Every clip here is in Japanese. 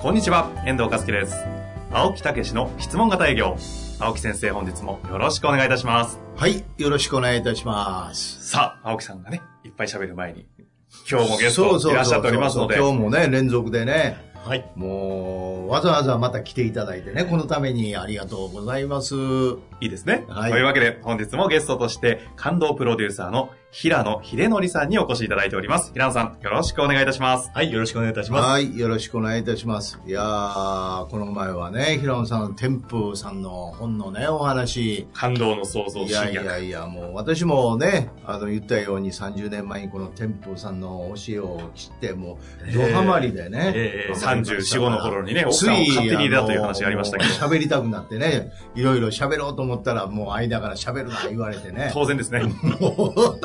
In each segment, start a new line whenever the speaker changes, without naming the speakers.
こんにちは、遠藤和樹です。青木武の質問型営業。青木先生、本日もよろしくお願いいたします。
はい、よろしくお願いいたします。
さあ、青木さんがね、いっぱい喋る前に、今日もゲストいらっしゃっておりますので、
そうそうそう今日もね、連続でね、
はい。
もう、わざわざまた来ていただいてね、このためにありがとうございます。よ
いいですね。
はい
というわけで、本日もゲストとして、感動プロデューサーの平野秀則さんにお越しいただいております。平野さん、よろしくお願いいたします。はい、よろしくお願いいたし
はい、よろしくお願いいたします。いやー、この前はね、平野さん、天風さんの本のね、お話。
感動の創造
い
新
やい
薬。
やいや、もう私もね、あの、言ったように30年前にこの天風さんの教えを知って、もう、ドハマりでね。
ええ34、5の頃にね、奥
つ
さんを
い
勝手に入れたという話がありましたけど、
あの喋りたくなってね、いろいろ喋ろうと思ったら、もう間から喋るな言われてね。
当然ですね。
もう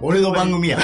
俺の番 組や。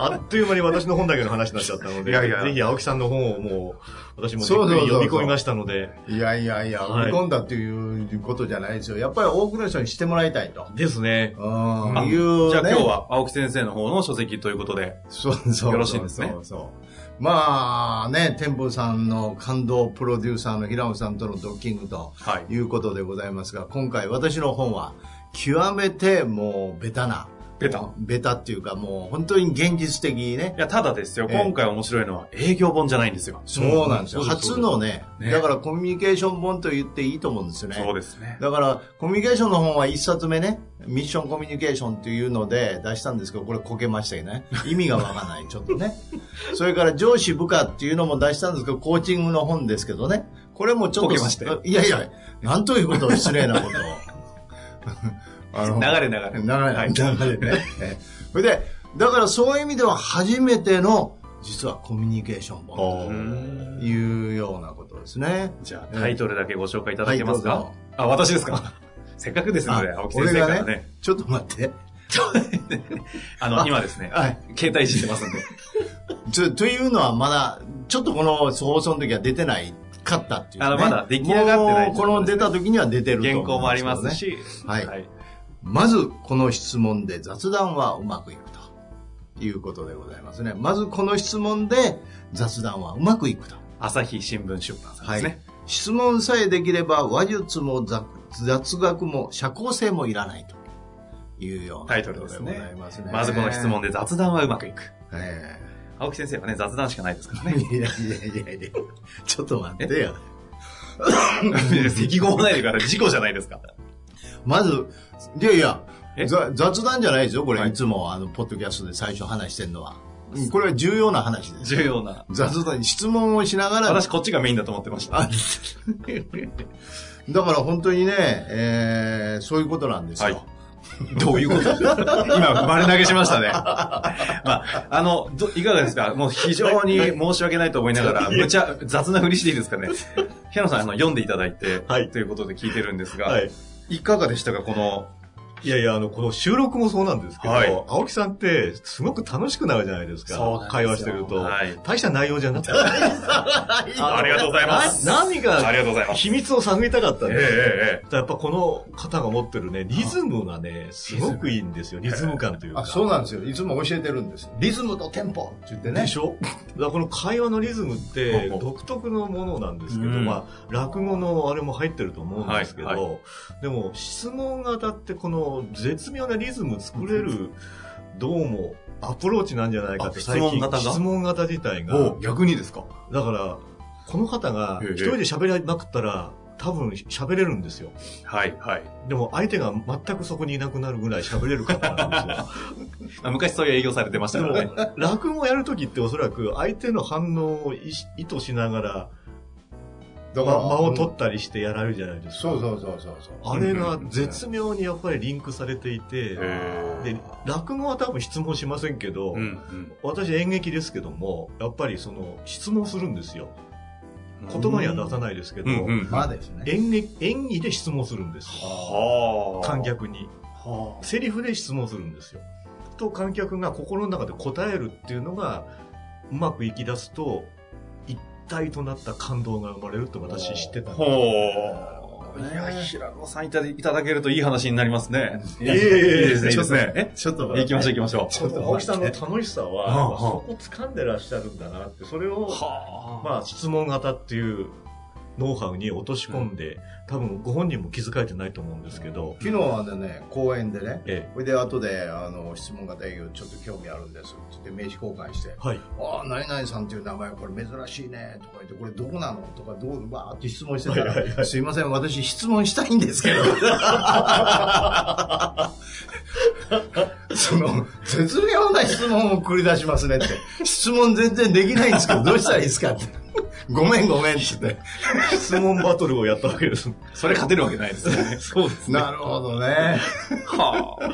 あっという間に私の本だけの話になっちゃったので、
いやいや
ぜひ青木さんの本をもう、私もじっ
そう
く
そうそう
り
そう
読み込みましたので、
いやいやいや、
はい
売り込んだっていうことじゃないですよ。やっぱり多くの人にしてもらいたいと。
ですね。
う
じ
ん、い
ゃ
う
あ今
ね。
日は青木先生の方の書籍ということで、
そうそうそう。
よろしいんですね
そうそう。まあね、天風さんの感動プロデューサーの平野さんとのドッキングと
はい。
いうことでございますが、今回私の本は、極めてもうベタな。
ベタ。
ベタっていうかもう本当に現実的にね
い。や、ただですよ、
ええ
今回面白いのは営業本じゃないんですよ。
そうなんですよ。
そうです
初のね
ね
だからコミュニケーション本と言っていいと思うんですよね。
そうですね。
だから、コミュニケーションの本は一冊目ね、ミッションコミュニケーションっていうので出したんですけど、これこけましたよ ね。意味がわからない、ちょっとね。それから、上司部下っていうのも出したんですけど、コーチングの本ですけどね。これもちょっと。
こけましたよ
いやいや、なんということを失礼な ことを。あ
流
の
れ流れ。
流れ、
はい
流れ ね。えそれで、だからそういう意味では初めての、実はコミュニケーション本
うーん
というようなことですね。
じゃあ、タイトルだけご紹介いただけます
はい
か
どうぞ
あ、私ですか せっかくですので、
あ
青木先生から
俺が
ね。
ちょっと待って。
あの、今ですね、
はい。
携帯いじってますんで。
とというのはまだ、ちょっとこの放送の時は出てないかったっていう、ね。
あのまだ出来上がってない
もうこの出た時には出てると
原
思うんですけどね
稿もあります。し。
はい
はい。
まず、この質問で雑談はうまくいくということでございますね。まず、この質問で雑談はうまくいくと。
朝日新聞出版さんですね。
質問さえできれば話術も雑雑学も社交性もいらないというような
タイトルですね
ことございますね
まずこの質問。で雑談はうまくいく。
ええ
青木先生はね、雑談しかないですから ね。
いやいやいやいや、ちょっと待ってよ。
咳込まないでから事故じゃないですか。
まず、いやいや
え、
ざ雑談じゃないですよ、これ。
はい
い、つも、あの、ポッドキャストで最初話してるのは。うんこれは重要な話です。
重要な。
雑談、質問をしながら、
私こっちがメインだと思ってました。
あだから本当にね、えーそういうことなんですよ。
はいどういうこと 今、丸投げしました ね。まあ、あの、どいかがですかもう非常に申し訳ないと思いながら、むちゃ雑なふりしていいですか ね。平野さん、あの、読んでいただいて、
はい
ということで聞いてるんですが、、
はいい。
かがでしたかこの、
いやいや、あの、この収録もそうなんですけど、
はい
青木さんってすごく楽しくなるじゃないですか。
そうなんですよ
会話してると、
はい
大した内容じゃなくて。
あありがとうござい ます。
な何
あ
が
りがとうございます。
秘密を探りたかったん
ええ
ですよ。
えええ
やっぱこの方が持ってるね、リズムがね、すごくいいんですよ。リズム感というか。
あ、そうなんですよ。いつも教えてるんです。リズムとテンポって言ってね
で。しょだからこの会話のリズムって独特のものなんですけど、
うん
まあ、落語のあれも入ってると思うんですけど、
はいは
でも質問型ってこの絶妙なリズム作れる、どうも、アプローチなんじゃないかって
あ質問型が
質問型自体
え
が、
逆にですか
だから、この方が
ええ
一人で喋りまくったら、多分喋れるんですよ。
はい、はい。
でも相手が全くそこにいなくなるぐらい喋れる方なんです よ。
あ昔そういう営業されてましたからね。
でも、落語をやるときっておそらく相手の反応を意し意図しながら、
だから
ま間を取ったりしてやられるじゃないですか、
そうそうそうそうそう
あれが絶妙にやっぱりリンクされていて、で落語は多分質問しませんけど、
うんうん
私演劇ですけどもやっぱりその質問するんですよ言葉には出さないですけど、
うんうん
まあですね
演劇演技で質問するんです
はあ
観客に
は
セリフで質問するんですよと観客が心の中で答えるっていうのがうまくいき出すと一体となった感動が生まれるって私知ってた
あ
んで
ほういや平野さんいただいただけるといい話になりますね
い
い
や
いですねいい
ちょ
で
っ
すね
と
え
ちょっと
行きましょう行きましょ
ちょっと
大
待
木さ
っ
ん
て
の楽しさは、
はあ
やっぱそこ掴んでらっしゃるんだなって、それを
う、は
まあ、質問型っていうノウハウに落とし込んで、多分ご本人も気づかれてないと思うんですけど、
昨日はね公演でね
え
それで後であの質問型営業ちょっと興味あるんですって言って名刺交換して
え、はい。
「ああ何々さんっていう名前これ珍しいね」とか言って「これどこなの?」とかどうわーって質問してたら「
はいはいはい
すいません私質問したいんですけど」 その絶妙な質問を繰り出しますねって質問全然できないんですけどどうしたらいいですかって「ごめんごめん」って言って
質問バトルをやったわけです。
あそれ勝てるわけないですね そうです
なるほどね
はあ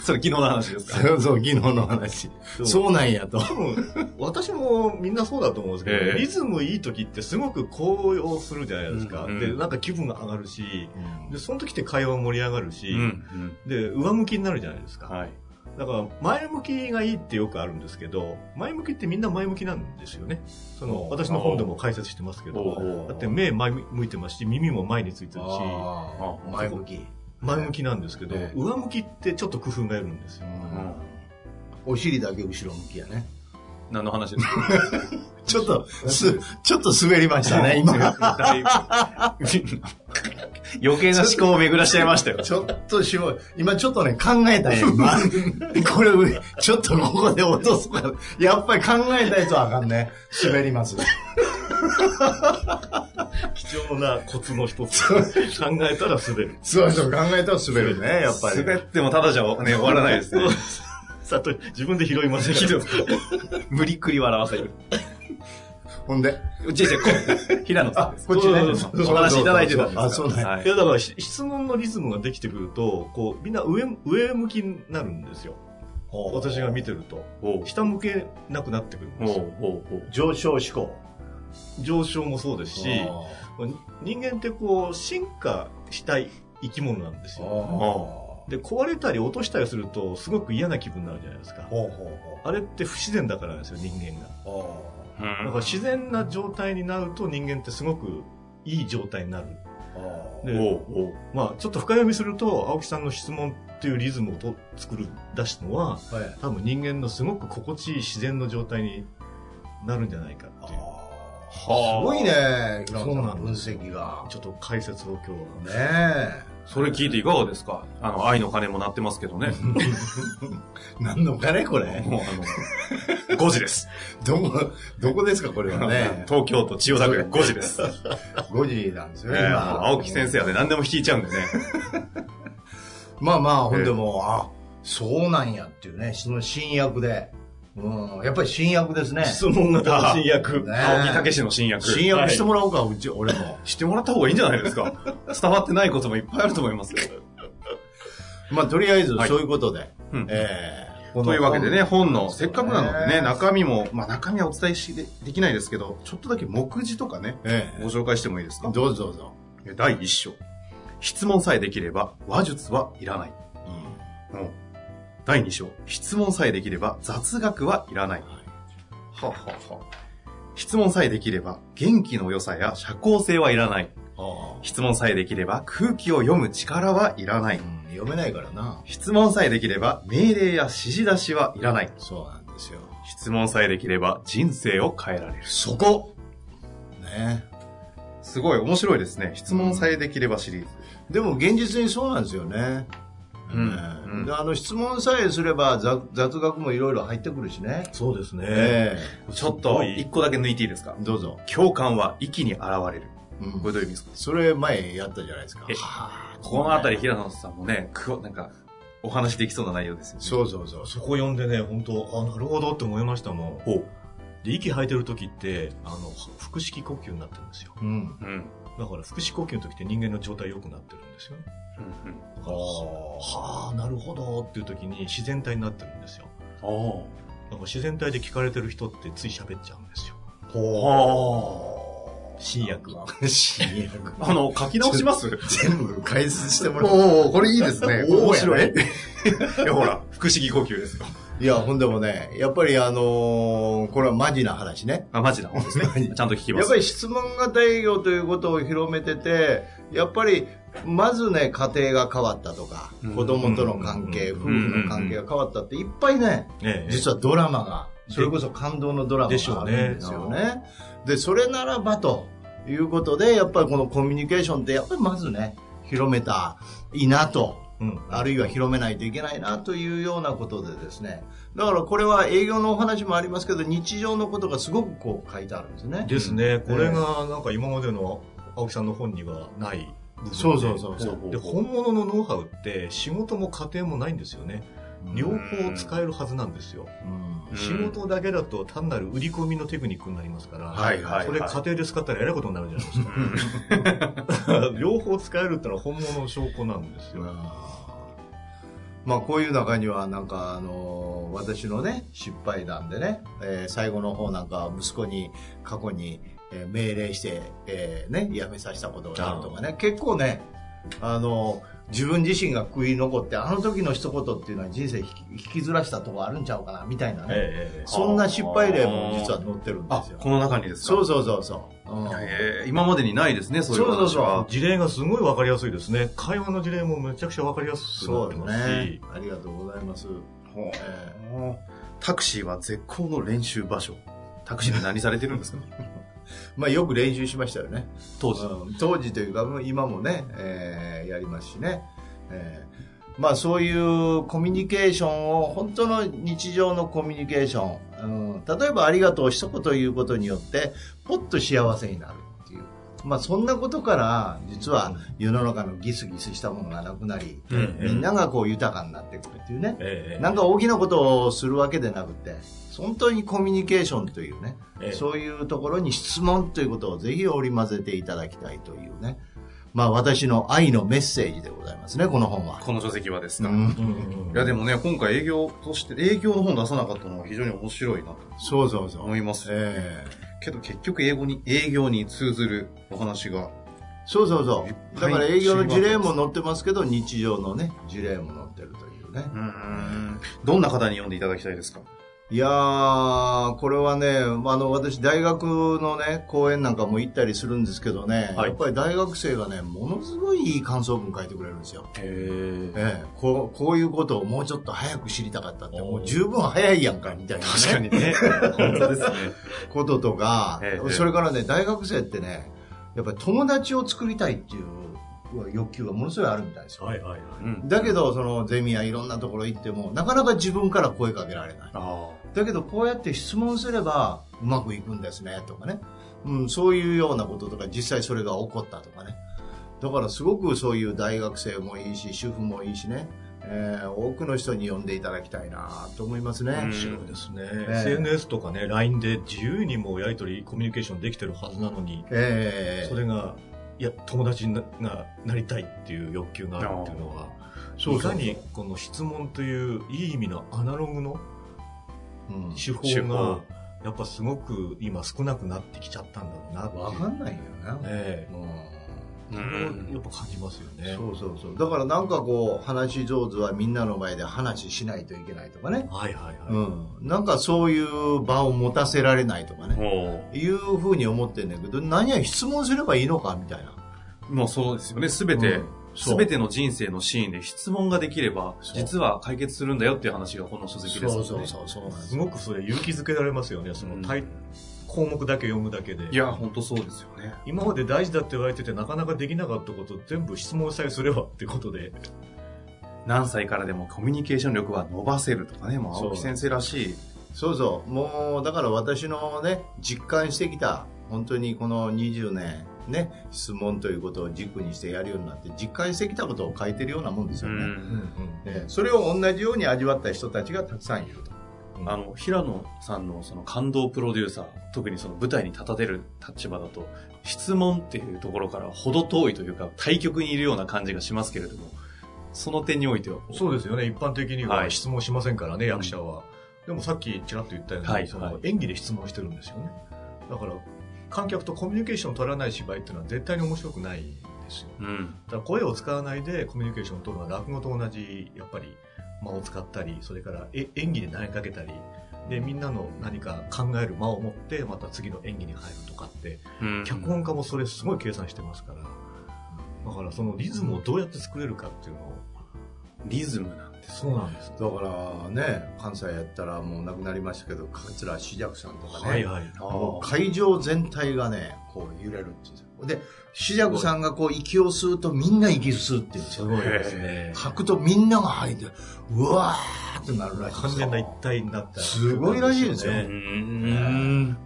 そそれ昨日の話ですか
そうそう昨日の話
そう
そうなんやと
多分、私もみんなそうだと思うんですけど、
ええ
リズムいい時ってすごく高揚するじゃないですか。
うんうん
で、なんか気分が上がるし、で、その時って会話盛り上がるし、
うん
で、上向きになるじゃないですか。
はい
だから前向きがいいってよくあるんですけど前向きってみんな前向きなんですよねその私の本でも解説してますけ
お
ど
う
だって目前向いてますし耳も前についてるし
あー前向き、
前向きなんですけど
ええ
上向きってちょっと工夫がいるんですよ
うんお尻だけ後ろ向きやね
何の話ですか
ちょっと、す、ちょっと滑りましたね、今。
だいぶ余計な思考を巡らしちゃいましたよ。
ちょっとしよう。今ちょっとね、考えたんや今。 これ、ちょっとここで落とすから。やっぱり考えたやつはあかんね。滑ります。
貴重なコツの一つ 考えたら滑る
そうそう、考えたら滑るね、やっぱり。
滑ってもただじゃ、ね、終わらないですね。
さと自分で拾いません
ひどい無理っくり笑わせる。
ほんで。
じゃじゃ、こ平野さんです。
こっちね
そうそうそうお話いただいてたんですから
そうそうそうあそうね
はい
いやだからし質問のリズムができてくるとこうみんな上上向きになるんですよ私が見てると
おう
下向けなくなってくるん
おう
ですよ
おうおう
上昇志向。
上昇もそうですし
あ
人間ってこう進化したい生き物なんです
ー
よ
ほ
で壊れたり落としたりするとすごく嫌な気分になるじゃないですか
うほう
あれって不自然だからなんですよ人間が
ほう。
う
だから
ん
自然な状態になると人間ってすごくいい状態になる
あー
で
おうおう
まあちょっと深読みすると青木さんの質問っていうリズムをと作る出したのは
はい
多分人間のすごく心地いい自然の状態になるんじゃないかっていう
あーす
はあ
ごいね、平野さ
そうなんん
分
です
析が。
ちょっと解説を今日は
ねえ。
それ聞いていかがですかあの、愛の鐘も鳴ってますけ どね。
何のかね、これ。
もうあの、5時です。
どこ、どこですか、これはね。
東京都千代田区5時です。ね
5時なんですよ、
えもう青木先生はね、何でも弾いちゃうんでね。
まあまあ、ほんでもう、あ、そうなんやっていうね、その新薬で。うん、やっぱり新薬ですね。
質問が 正しい役
ね
青木武の新薬。
新薬してもらおうか、うち、俺も。
してもらった方がいいんじゃないですか伝わってないこともいっぱいあると思いますよ。
まあ、とりあえず
は、い
そういうことで。
うん
ええ
というわけでね、。
こ
本の、せっかくなので
ね
ね、中身も、まあ中身はお伝えしでできないですけど、ちょっとだけ目次とかね、
のえ
ご紹介してもいいです
え
か
どうぞどうぞ。
第1章。質問さえできれば話術はいらない。うん第2章。質問さえできれば雑学はいらない。はあはあはあ質問さえできれば元気の良さや社交性はいらない。
あ
質問さえできれば空気を読む力はいらな
あ
い。
うん、読めないからな。
質問さえできれば命令や指示出しはいらない。
そうなんですよ。
質問さえできれば人生を変えられる。
そこね
すごい面白いですね。質問さえできればシリーズ。
でも現実にそうなんですよね。
うん
ええ
うん
であの質問さえすれば雑雑学もいろいろ入ってくるしね。
そうですね、
え
ちょっ
す
と
ごい
一個だけ抜いていいですか
えどうぞ。
共感は息に現れる。
うん
これどういう意味ですか
それ前やったじゃないですか
え。このあたり平野さんもね、くなんか、お話できそうな内容ですよね。
そうそうそう。
そこ読んでね本当あなるほどって思いましたもん
ほう。
で息吐いてる時ってあの腹式呼吸になってるんですよ
うん。
うん。
だから腹式呼吸の時って人間の状態良くなってるんですよねだからはあなるほどっていう時に自然体になってるんですよ
おお
だから自然体で聞かれてる人ってつい喋っちゃうんですよ
ほ
新薬
なんか新薬。
あの、書き直します
全部解説してもらう。
おおこれいいですね
面白い。
いや、ほら、腹式呼吸ですよ。
いや、ほんでもね、やっぱりあのーこれはマジな話ね。
あ、マジなもんですね。ちゃんと聞きま
やっ
す。
ぱり質問型営業ということを広めてて、やっぱり、まずね、家庭が変わったとか
うん、
子供との関係、
う
夫
ん
婦の関係が変わったっていっぱいね、
ね
実はドラマが、それこそ感動のドラマがあるんですよ
でし
ね。で、それならばということで、やっぱりこのコミュニケーションって、やっぱりまずね、広めたいいなと
うん
あるいは広めないといけないなというようなことでですね。だからこれは営業のお話もありますけど、日常のことがすごくこう書いてあるんですね。
ですね、これがなんか今までの青木さんの本にはない部分で
そうそうそうそう。
で本物のノウハウって仕事も家庭もないんですよね両方使えるはずなんですよ
うん
うん
仕事だけだと単なる売り込みのテクニックになりますから、
はいはいはい
それ家庭で使ったらえらいことになるじゃ ないですか両方使えるってのは本物の証拠なんですよ、
まあこういう中にはなんかあの私のね失敗談でね、えー最後の方なんかは息子に過去にえー命令して、えーね辞めさせたことがあるとかね結構ねあの自分自身が悔い残ってあの時の一言っていうのは人生引き引きずらしたとこあるんちゃうかなみたいなね、
えええ
そんな失敗例も実は載ってるんで
あ
すよ、
この中にですか
そうそうそうそう、うん
えー今までにないですね、そういう話は。
そうそう
え
そ
事例がすごい分かりやすいですね会話の事例もめちゃくちゃ分かりやすくな
そ
っ
う
て
で
ますす
ね
し
ありがとうございます、
ほう
えー
タクシーは絶好の練習場所。タクシーで何されてるんですか
まあ、よく練習しましたよね、
当時。
うん当時というかもう今もね、えーやりますしね、えーまあ、そういうコミュニケーションを本当の日常のコミュニケーション、うん、例えば「ありがとう」一言言うことによってポッと幸せになるっていう、まあ、そんなことから実は世の中のギスギスしたものがなくなり、
うんうん
みんながこう豊かになってくるっていうね、
ええ
なんか大きなことをするわけでなくて本当にコミュニケーションというね、
ええ
そういうところに質問ということをぜひ織り交ぜていただきたいというねまあ私の愛のメッセージでございますねこの本は、
この書籍はです
う
か。
ん、
うんうんうん
いやでもね、今回営業として、営業の本出さなかったのは非常に面白いなと
そうそうそう、
思います。
ええ
けど結局英語に、営業に通ずるお話が。
そうそうそ
いっ
う
ぱ
だ
い
から営業の事例も載ってますけど日常のね事例も載ってるというね
うん。どんな方に読んでいただきたいですか
いやー、これはね、あの、私、大学のね、講演なんかも行ったりするんですけどね、
はい
やっぱり大学生がね、ものすごいいい感想文書いてくれるんですよ。
へ
ええ、こうこういうことをもうちょっと早く知りたかったって、もう十分早いやんか、みたいな、ね、
確かにね。本当ですね。
こととか、
ええ
それからね、大学生ってね、やっぱり友達を作りたいっていう欲求がものすごいあるみたいですよ。
はいはいはい
うん。
だけど、そのゼミやいろんなところ行っても、なかなか自分から声かけられない。
あ
だけどこうやって質問すればうまくいくんですねとかね、うん、そういうようなこととか実際それが起こったとかねだからすごくそういう大学生もいいし主婦もいいしね、えー多くの人に呼んでいただきたいなと思いますね、
うん
そうですね、
え
SNS とかね LINE で自由にもうやり取りコミュニケーションできてるはずなのに、
えー
それがいや友達にながなりたいっていう欲求があるっていうのは
そうそうそう
いかにこの質問といういい意味のアナログの
うん
手法
手
が
法
やっぱすごく今少なくなってきちゃったんだろうなって
わ
い
か
う、
んないよな、
え
う
えそれをや
ん
っ。ぱ感じますよね
そうそうそうだからなんかこう話し上手はみんなの前で話ししないといけないとかね、
はいはいはい、
うん、なんかそういう場を持たせられないとかね、
も
いうふうに思ってんだけど、何や質問すればいいのかみたいな。
う、もうそうですよね。すべて、
うん
すべての人生のシーンで質問ができれば
そ、う
実は解決するんだよっていう話がこの書籍ですもんね。
うそうなんです
ごくそれ勇気づけられますよねその、
うん
対項目だけ読むだけで
いや、本当そうですよね。
今まで大事だって言われててなかなかできなかったこと全部質問さえすればってことで
何歳からでもコミュニケーション力は伸ばせるとかね、もう
そう
青木先生らしい。
そうそう。もう、だから私のね、実感してきた、本当にこの20年、ね、質問ということを軸にしてやるようになって、実感してきたことを書いてるようなもんですよね。
うん
ねそれを同じように味わった人たちがたくさんいると。
ううん
あの、平野さんのその感動プロデューサー、特にその舞台に立たれる立場だと、質問っていうところからほど遠いというか、対極にいるような感じがしますけれども、その点においては、
そうですよね一般的に
は
はい質問しませんからね、役者はでもさっきちらっと言ったように、
はい
そ
はい
の演技で質問してるんですよねだから観客とコミュニケーションを取らない芝居っていうのは絶対に面白くないんですよ
うん。
だから声を使わないでコミュニケーションを取るのは落語と同じやっぱり間を使ったりそれからえ演技で投げかけたりでみんなの何か考える間を持ってまた次の演技に入るとかって
うん
脚本家もそれすごい計算してますからだからそのリズムをどうやって作れるかっていうのを
リズムなんて。
そうなんです
だからね、関西やったらもう亡くなりましたけど、桂枝雀さんとかね、
はいはい
もう会場全体がね、こう揺れるっていうんですよ。で、枝雀さんがこう息を吸うとみんな息吸うっていうんです
す
よ。
ごいですね
吐くとみんなが吐いて、うわーってなるらしい
完全な一体になった
すごいらしいですよ
う
ね
ん。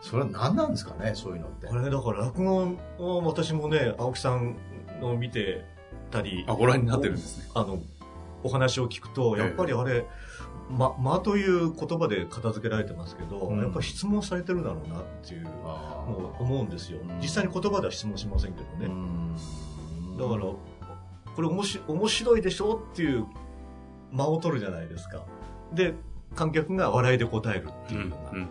それは何なんですかね、そういうのって
こ。れだから落語を私もね青木さんの見てたり
あ、ご覧になってるんですね。
あの、お話を聞くと、
ええ
やっぱりあれ、ま、間という言葉で片付けられてますけど、
うん
やっぱり質問されてるだろうなっていう、
あ
もう思うんですよ
うん。
実際に言葉では質問しませんけど
ーう
ね。
ん
だから、これおもし面白いでしょっていう間を取るじゃないですか。で、観客が笑いで答えるっていうような。
ん。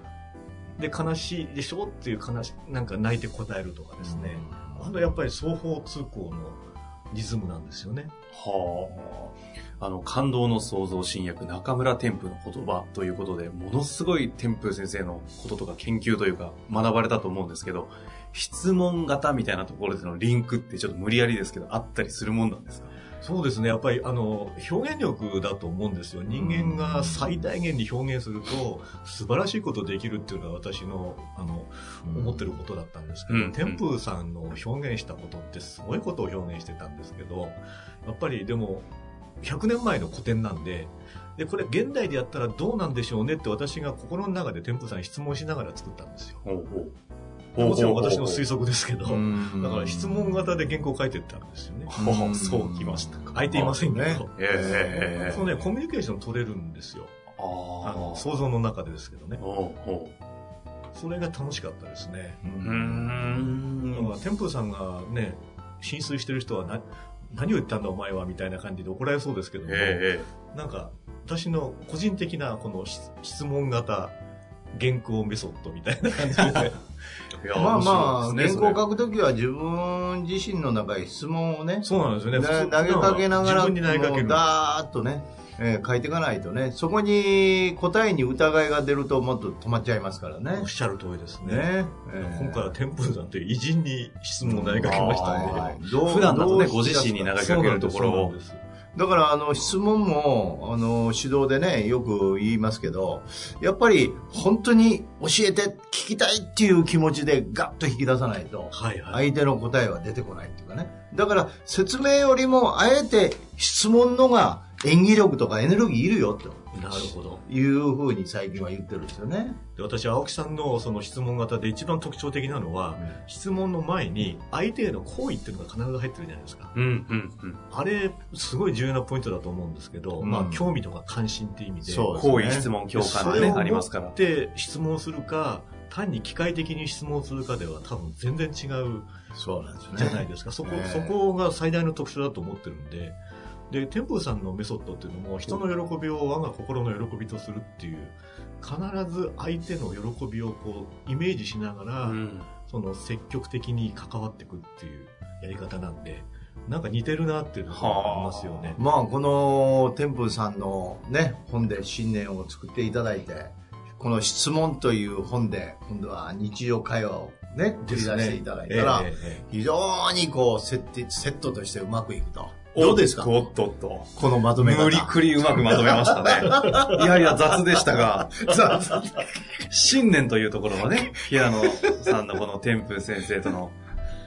で、悲しいでしょっていう悲し、なんか泣いて答えるとかですね。あの、やっぱり双方通行のリズムなんですよね。
はあ。あの、感動の創造新薬中村天風の言葉ということで、ものすごい天風先生のこととか研究というか学ばれたと思うんですけど、質問型みたいなところでのリンクってちょっと無理やりですけど、あったりするもんなんですか
そうですねやっぱりあの表現力だと思うんですよ人間が最大限に表現すると素晴らしいことできるっていうのは私のあの思ってることだったんですけど、
うん
天風さんの表現したことってすごいことを表現してたんですけどやっぱりでも100年前の古典なんででこれ現代でやったらどうなんでしょうねって私が心の中で天風さんに質問しながら作ったんですよ
ほうほう
もちろん私の推測ですけど
う
だ
ん
から質問型で原稿を書いてったんですよね
測ほうそうきましたか。
空いていませんけど、
ね
ええ
そうね、コミュニケーション取れるんですよ。あ
あ
の
あ、
想像の中でですけどね。
ほうほ
それが楽しかったですね。
う
う。うん
だから
ん。
天風さんがね、浸水してる人はな何を言ったんだお前はみたいな感じで怒られそうですけども、
ええ
なんか私の個人的なこの質質問型原稿メソッドみたい な感じで、
ええ。いや
まあまあ、
面白いで
原
すね
稿を書くときは自分自身の中に質問をね、
そうなんですよね。
ね
普
投
通
げかけながら、
自分に投げかけ
も
る
う。ダーッとね、えー書いていかないとね、そこに答えに疑いが出るともっと止まっちゃいますから
お
ね
っ。しゃる通りですね。
ね。
今回は天風さんという偉人に質問を投げかけましたんで。
ね。どう
普段だとね、
ど
ご
うし
自身に投げかけるところ
そう
を
なん。ですそうなんです
だから、あの、質問も、あの、指導でね、よく言いますけど、やっぱり、本当に教えて、聞きたいっていう気持ちでガッと引き出さないと、
はいはい。
相手の答えは出てこないっていうかね。だから、説明よりも、あえて質問のが演技力とかエネルギーいるよ、と
なるほど。
いうふうに最近は言ってるんですよね。
で私、青木さんのその質問型で一番特徴的なのは、質問の前に相手への好意っていうのが必ず入ってるじゃないですか。
うん、うん、うん。
あれ、すごい重要なポイントだと思うんですけど、
うん
まあ、興味とか関心って意味で、
そうですね
好意、質問、共感
そ
が
れ
ね、
を
あり
持
ますから
っ。て質問するか、単に機械的に質問するかでは多分全然違う
そうなんですね。
じゃないですか。そこ、
ね
そこが最大の特徴だと思ってるんで、で、天風さんのメソッドっていうのも、人の喜びを我が心の喜びとするっていう、必ず相手の喜びをこう、イメージしながら、
うん。
その積極的に関わっていくっていうやり方なんで、なんか似てるなっていうのがありますよね。
まあこの天風さんのね本で新年を作っていただいてこの「質問」という本で今度は日常会話をね繰り出していただいたら、
ええええ
非常にこうセッテセットとしてうまくいくとど
お
うですか
おっとっと。
このまとめ方
無理くりうまくまとめました ね。いやいや、雑でしたが、新年というところのね、平野さんのこの天風先生との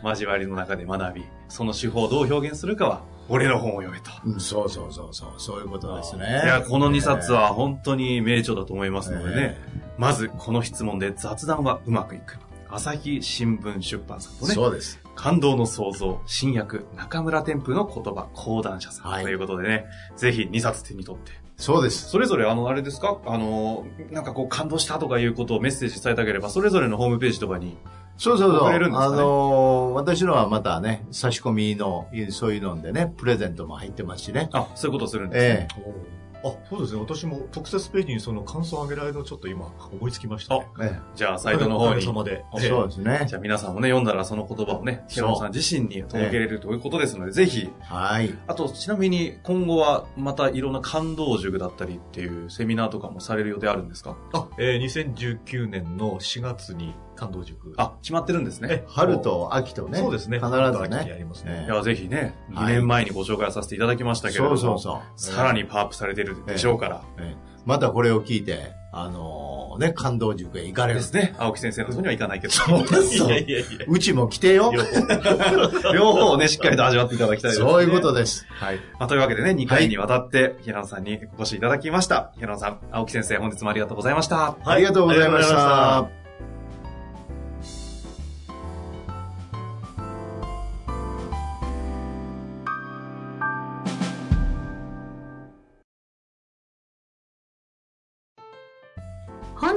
交わりの中で学び、その手法をどう表現するかは、俺の本を読めと。
うんそうそうそうそうそういうことですね
いや、この2冊は本当に名著だと思いますのでね、まずこの質問で雑談はうまくいく。朝日新聞出版さん
え
と
ー
ね、
そうです
感動の創造、新薬、中村天風の言葉、講談社さん、
はい
ということでね、ぜひ2冊手に取って
そうです。
それぞれ、あの、あれですかあの、なんかこう、感動したとかいうことをメッセージさえたければ、それぞれのホームページとかに。
そうそうそう。
送れるんです
あ
かね
のー私のはまたね、差し込みの、そういうのでね、プレゼントも入ってますしね。
あ、そういうことするんですね。
ええ
あ、そうですね。私も特設ページにその感想をあげられるのちょっと今思いつきましたね。
ええ
じゃあ、サイトの方
おかげ
に。
さまで。ええ
そうですね
じ。ゃあ皆さんもね、読んだらその言葉をね、
そ
ヒ
う
ロさん自身に届けれるということですので、ぜひ。
はい。
あと、ちなみに今後はまたいろんな感動塾だったりっていうセミナーとかもされる予定あるんですか
あ、えー、2019年の4月に感動塾。
あ、決まってるんですね。
え、
春と秋とね。
そうですね。
必
春
ず
と秋にや
ね。
ります
え
ね
い。や、ぜひね、
はい
2年前にご紹介させていただきましたけれど
そ
も、
うそうそう。
さらにパワーアップされてるでしょうから、
ええ。またこれを聞いて、あのーね、感動塾へ行かれる
で。すね、青木先生のとこには行かないけど、
です
いやいやいや。
うちも来てよ。
両方をね、しっかりと味わっていただきたいです、ね。
そういうこと
で。
です。
はい。まあ、というわけでね、2回にわたって、平野さんにお越しいただきました。平野さん、青木先生、本日もありがとうございました。
ありがとうございまし
ありがとうございました
た。
本